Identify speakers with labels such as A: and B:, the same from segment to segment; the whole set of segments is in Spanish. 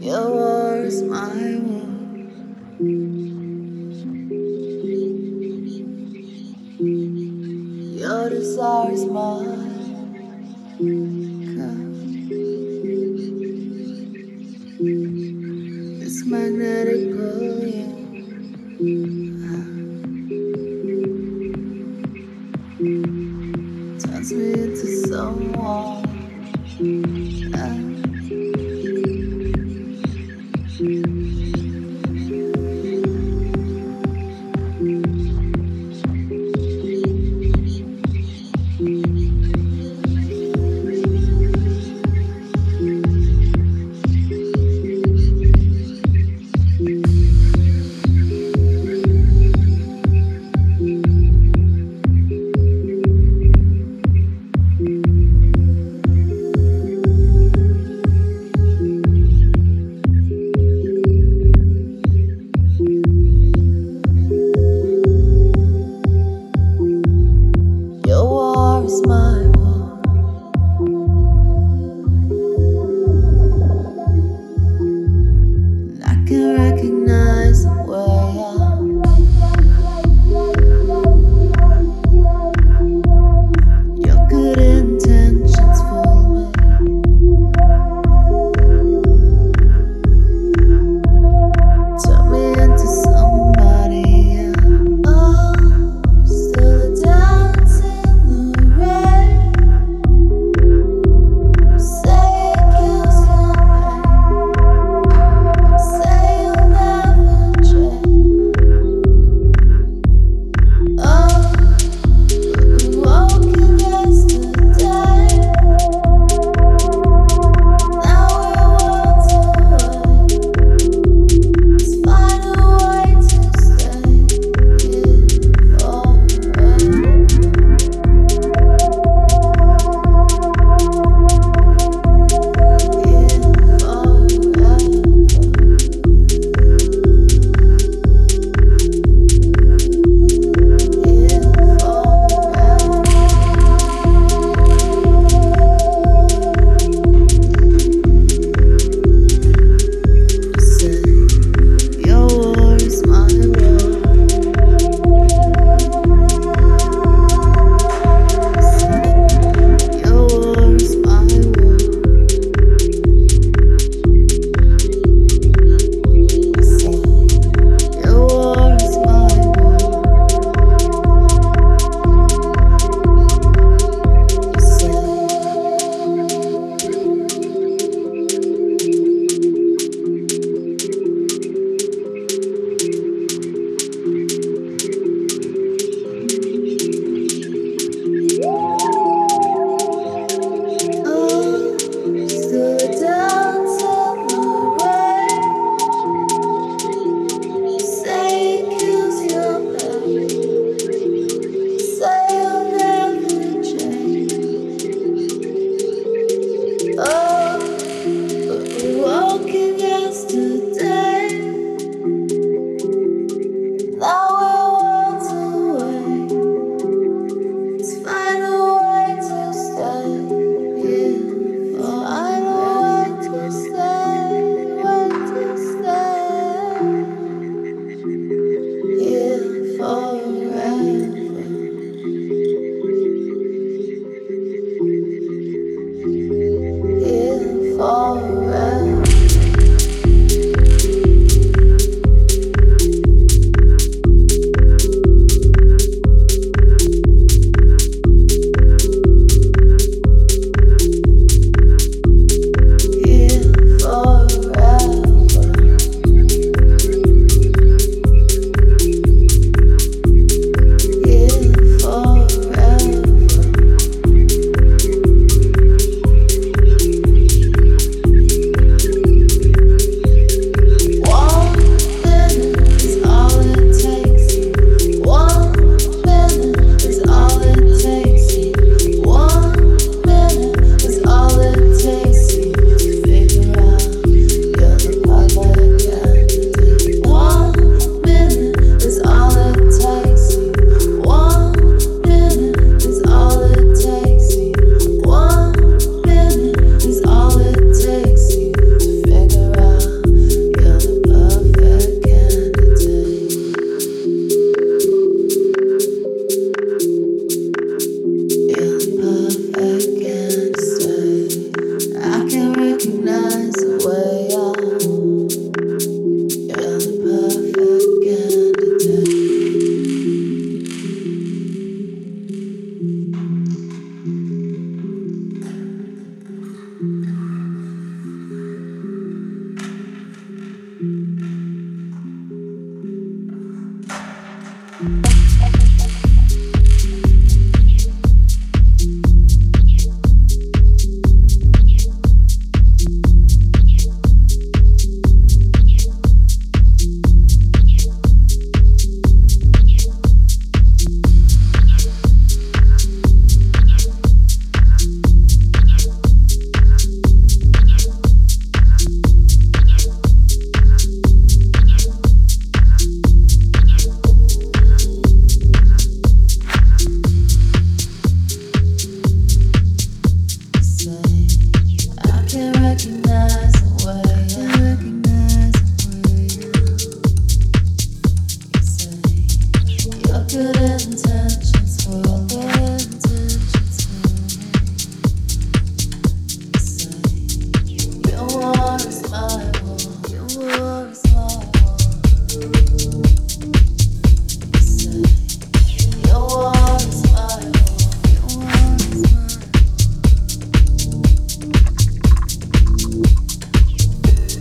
A: Yours, my world. Your desires, my cup. This magnetic pull you out. turns me into someone. else. Oh, recognize the way I recognize the way Your good intentions were good intentions for me. Your war is my war. Your war is my war. Your war is my war. Your war is my war.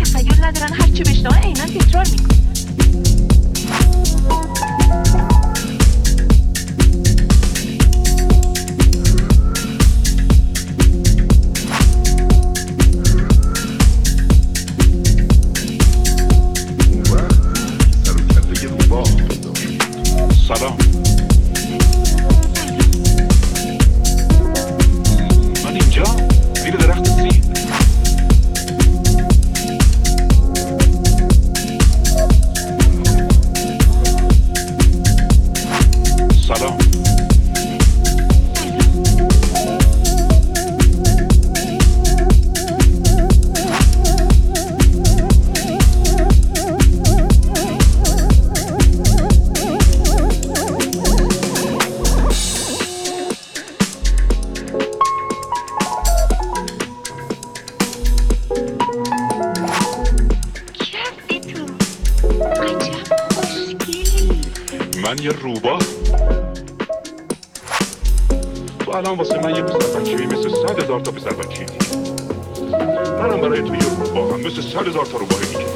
B: Eso, ¿eh? No antihistrórmico.
C: Serçerliğin bal. Salam. من اینجا زیر درخت سیب سلام
B: Çöptü. Acaba hoş gelin.
C: من یه روباه تو الان واسه من یه پسربچه‌ای مثل صد هزار تا پسربچه دیگه منم برای تو یه روباهم مثل صد هزار تا روباه دیگه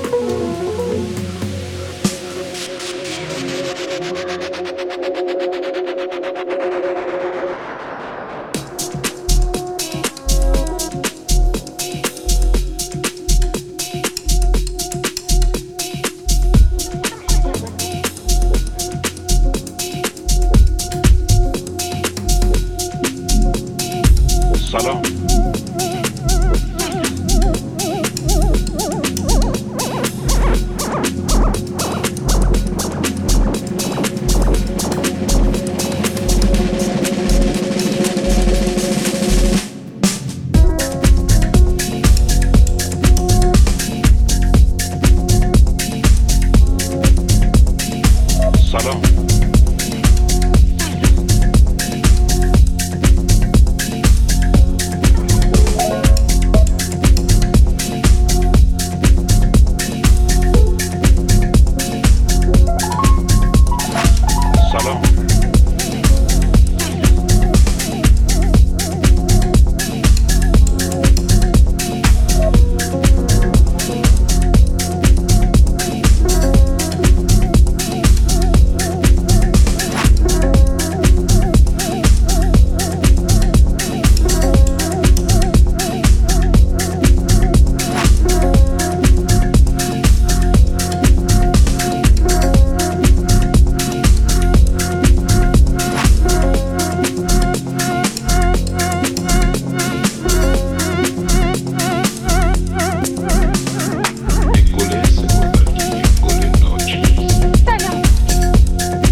C: سلام سلام سلام گل سه‌برگ، گل ناچیز
B: Selam.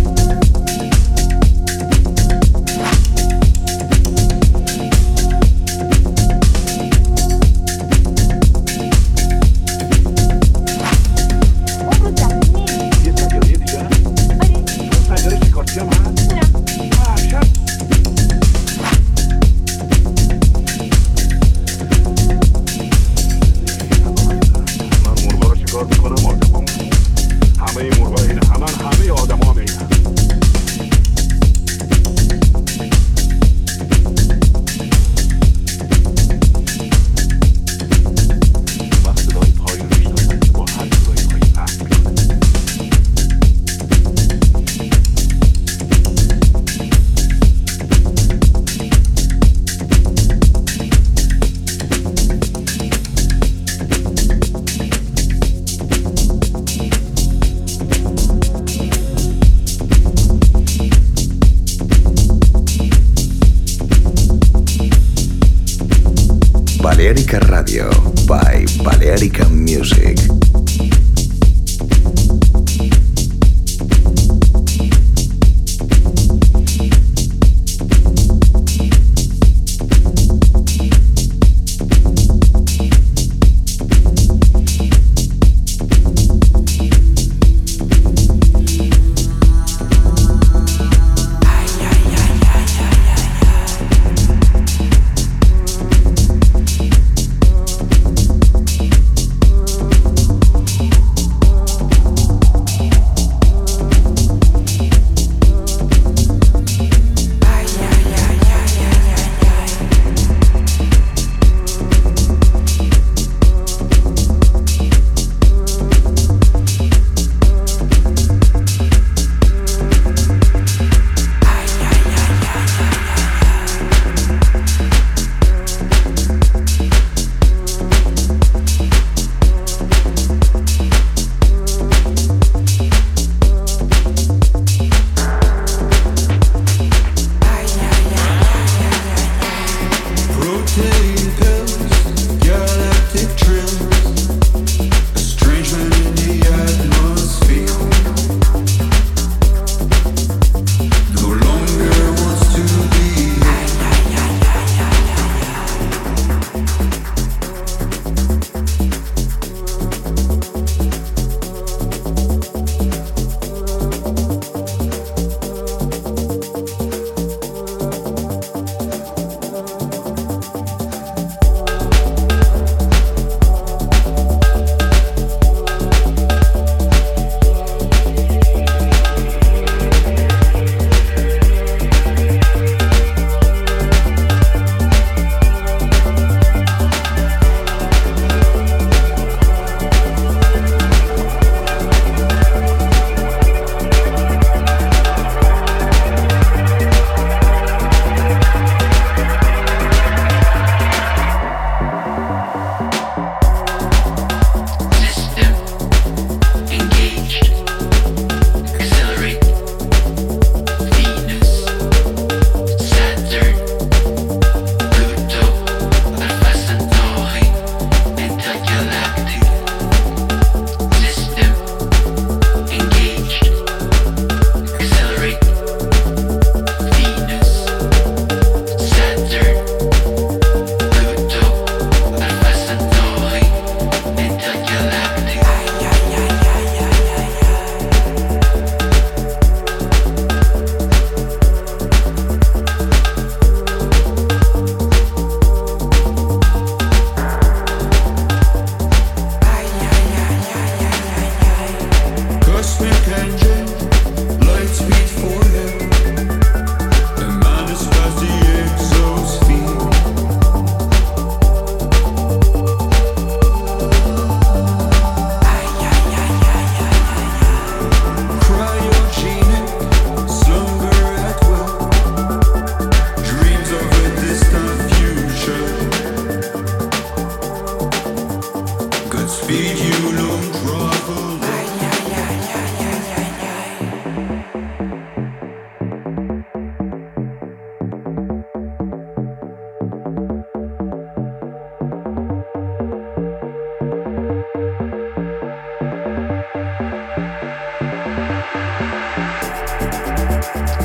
C: یه سیاره دیگه است. اون سیاره که کارتی هم هست. آه، شب. من مرغا رو شکار می‌کنم، آدمام. همه این مرغا اینه. همه همه آدم هم اینه. وقت صدای پایین رو می‌شنوم که با هر صدای پایین فرق می‌کنه.
D: Balearica Radio by Balearica Music.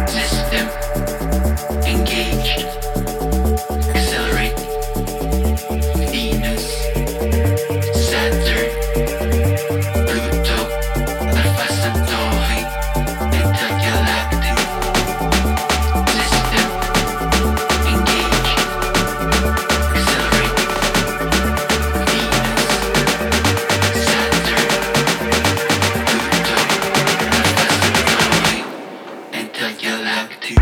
E: System engaged. Accelerate. Venus. Saturn. Pluto. Alpha Centauri. Intergalactic. System engaged. Accelerate. Venus. Saturn. Pluto. Alpha Centauri. Intergalactic.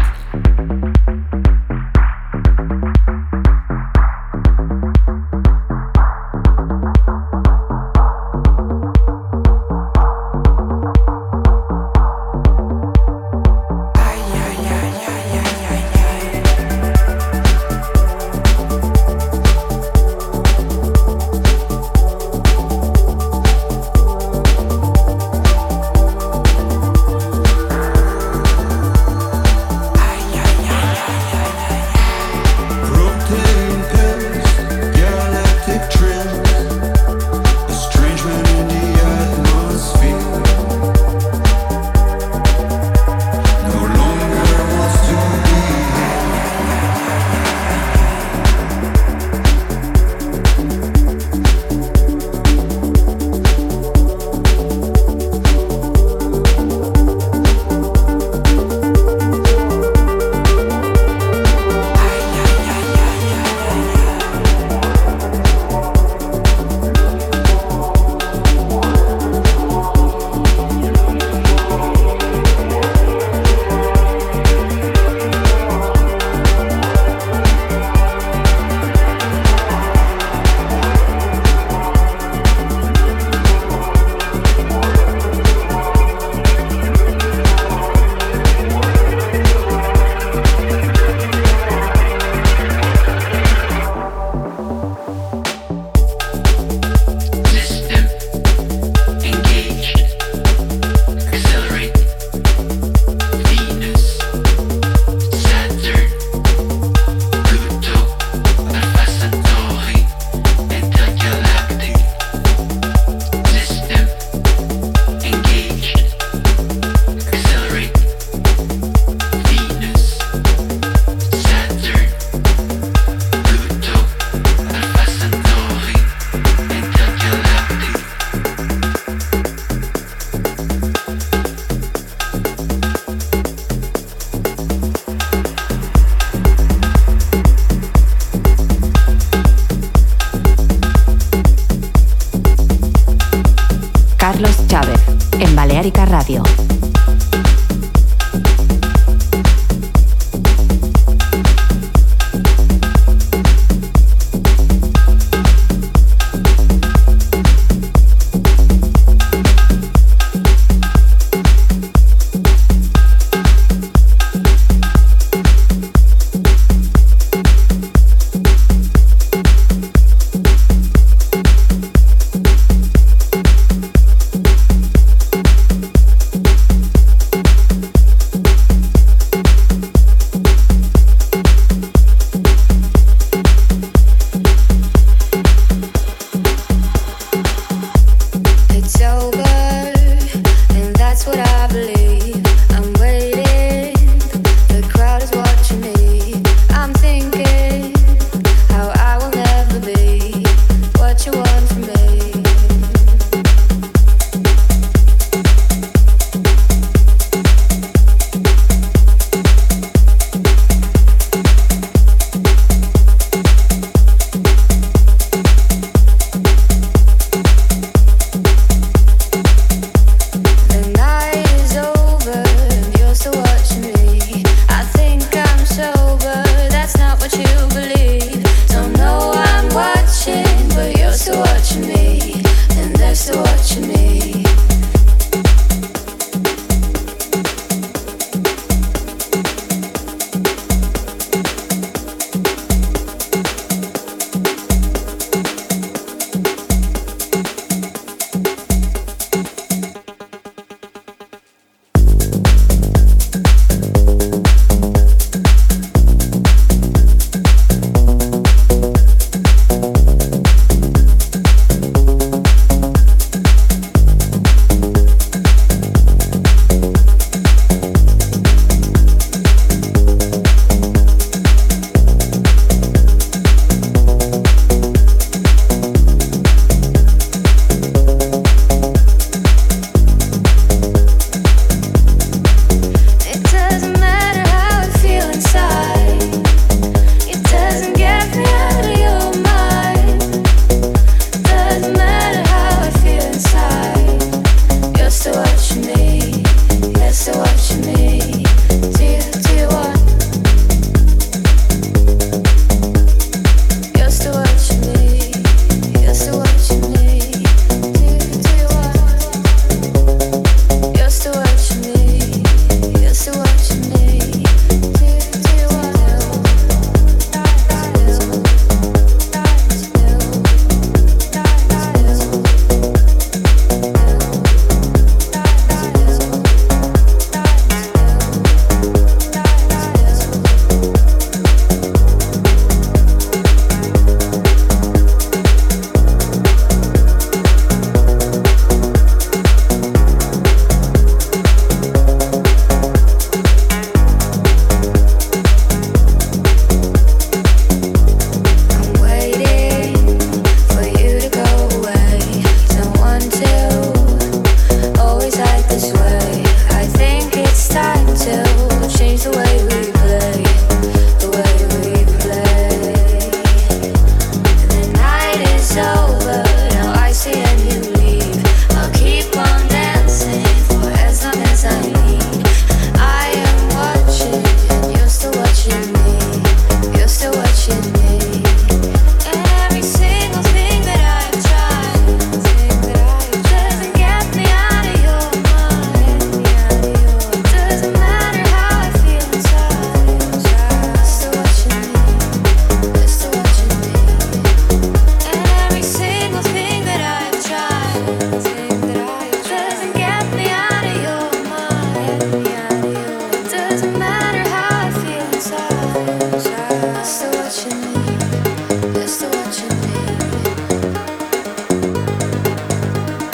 E: System engaged. Accelerate. Venus. Saturn. Pluto. Alpha Centauri. Intergalactic. System engaged. Accelerate. Venus. Saturn. Pluto. Alpha Centauri. Intergalactic.
F: Carlos Chávez, en Balearica Radio.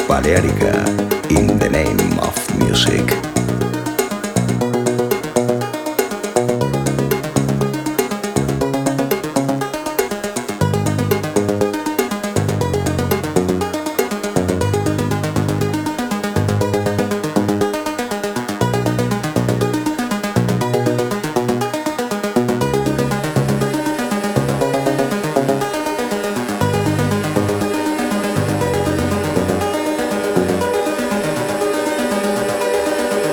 D: Balearica in the name of music.
A: Thank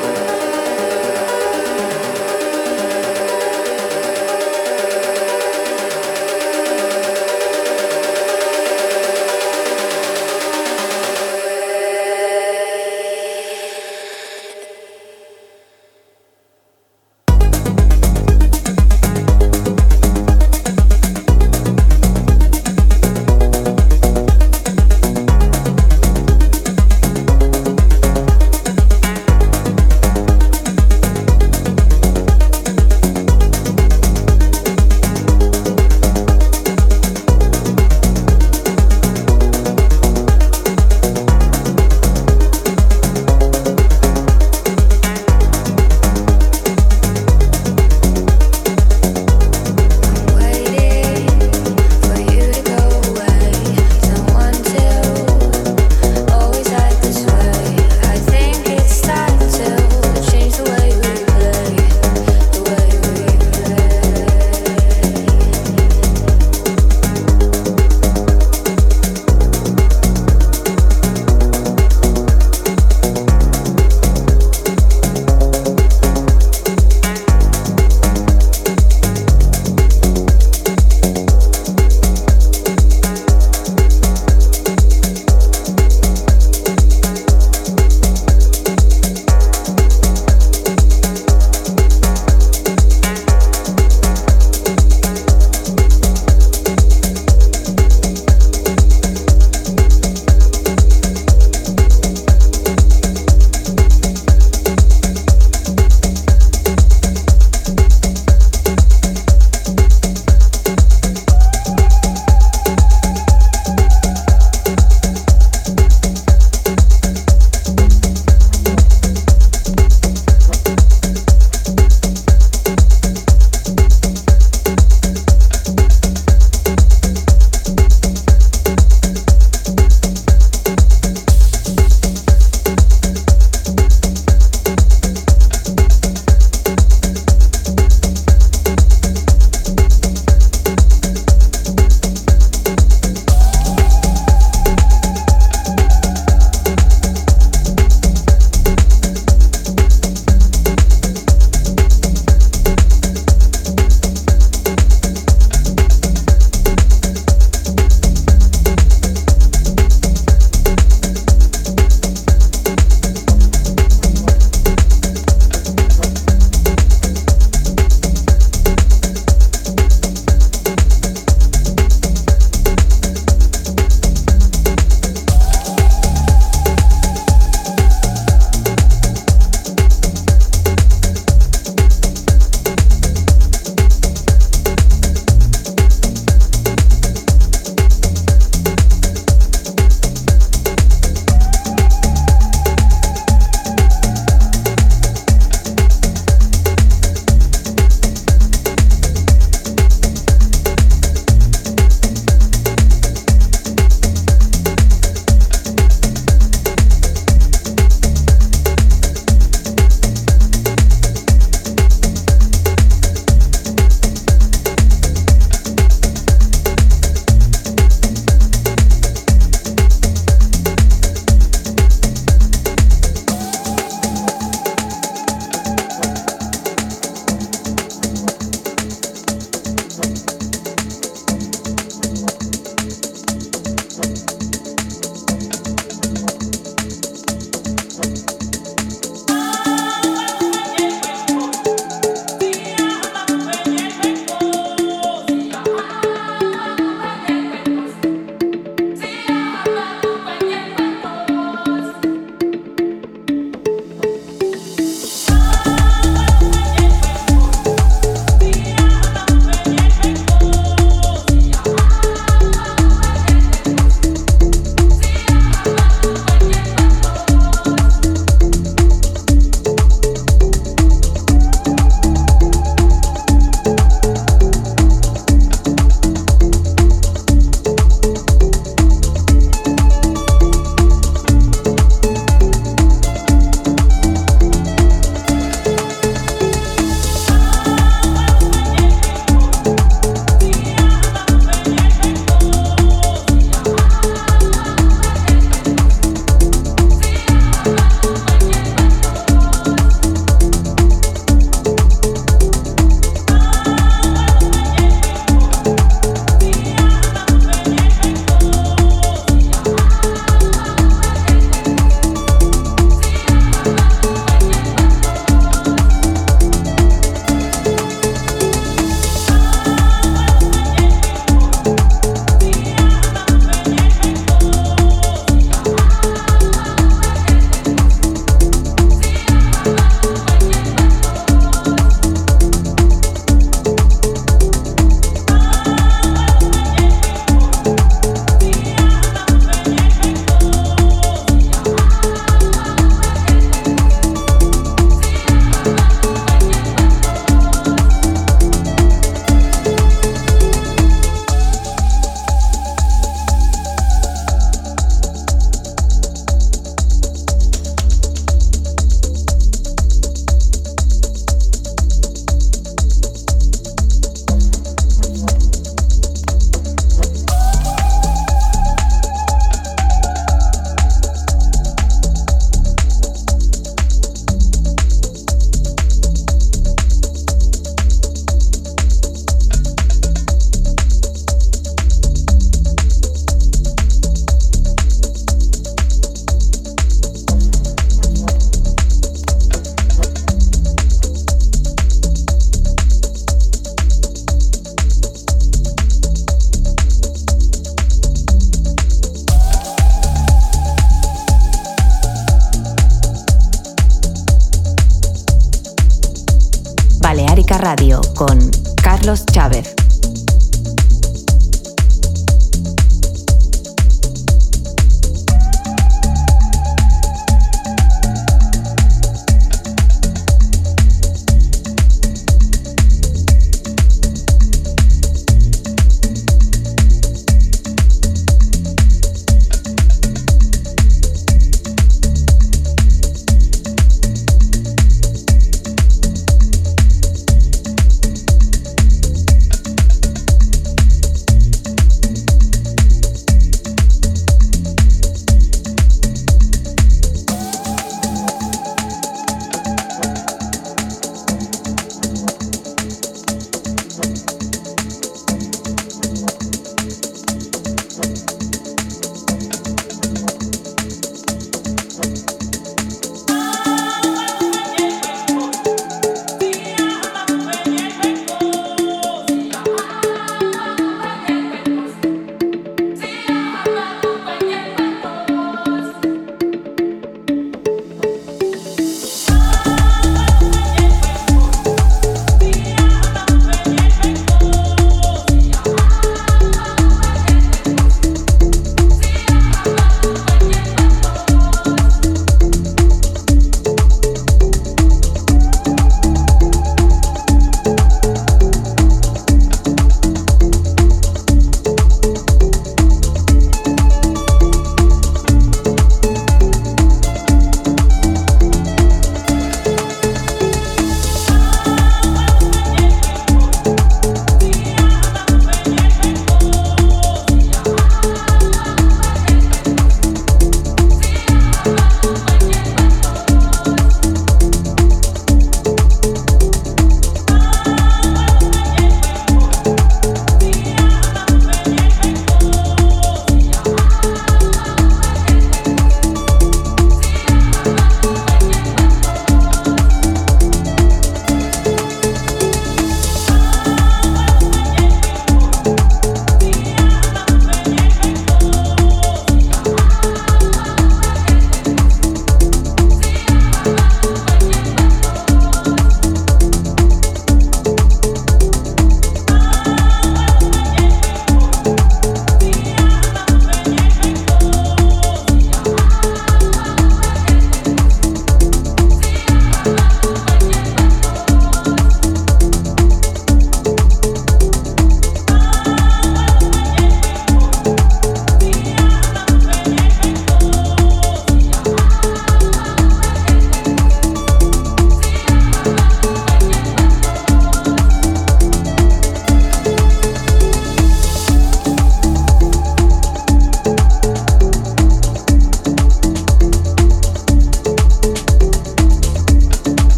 F: Radio con Carlos Chávez.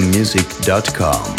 D: valericamusic.com.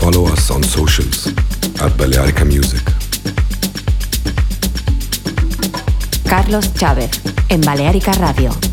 G: Follow us on socials at Balearica Music.
F: Carlos Chávez en Balearica Radio.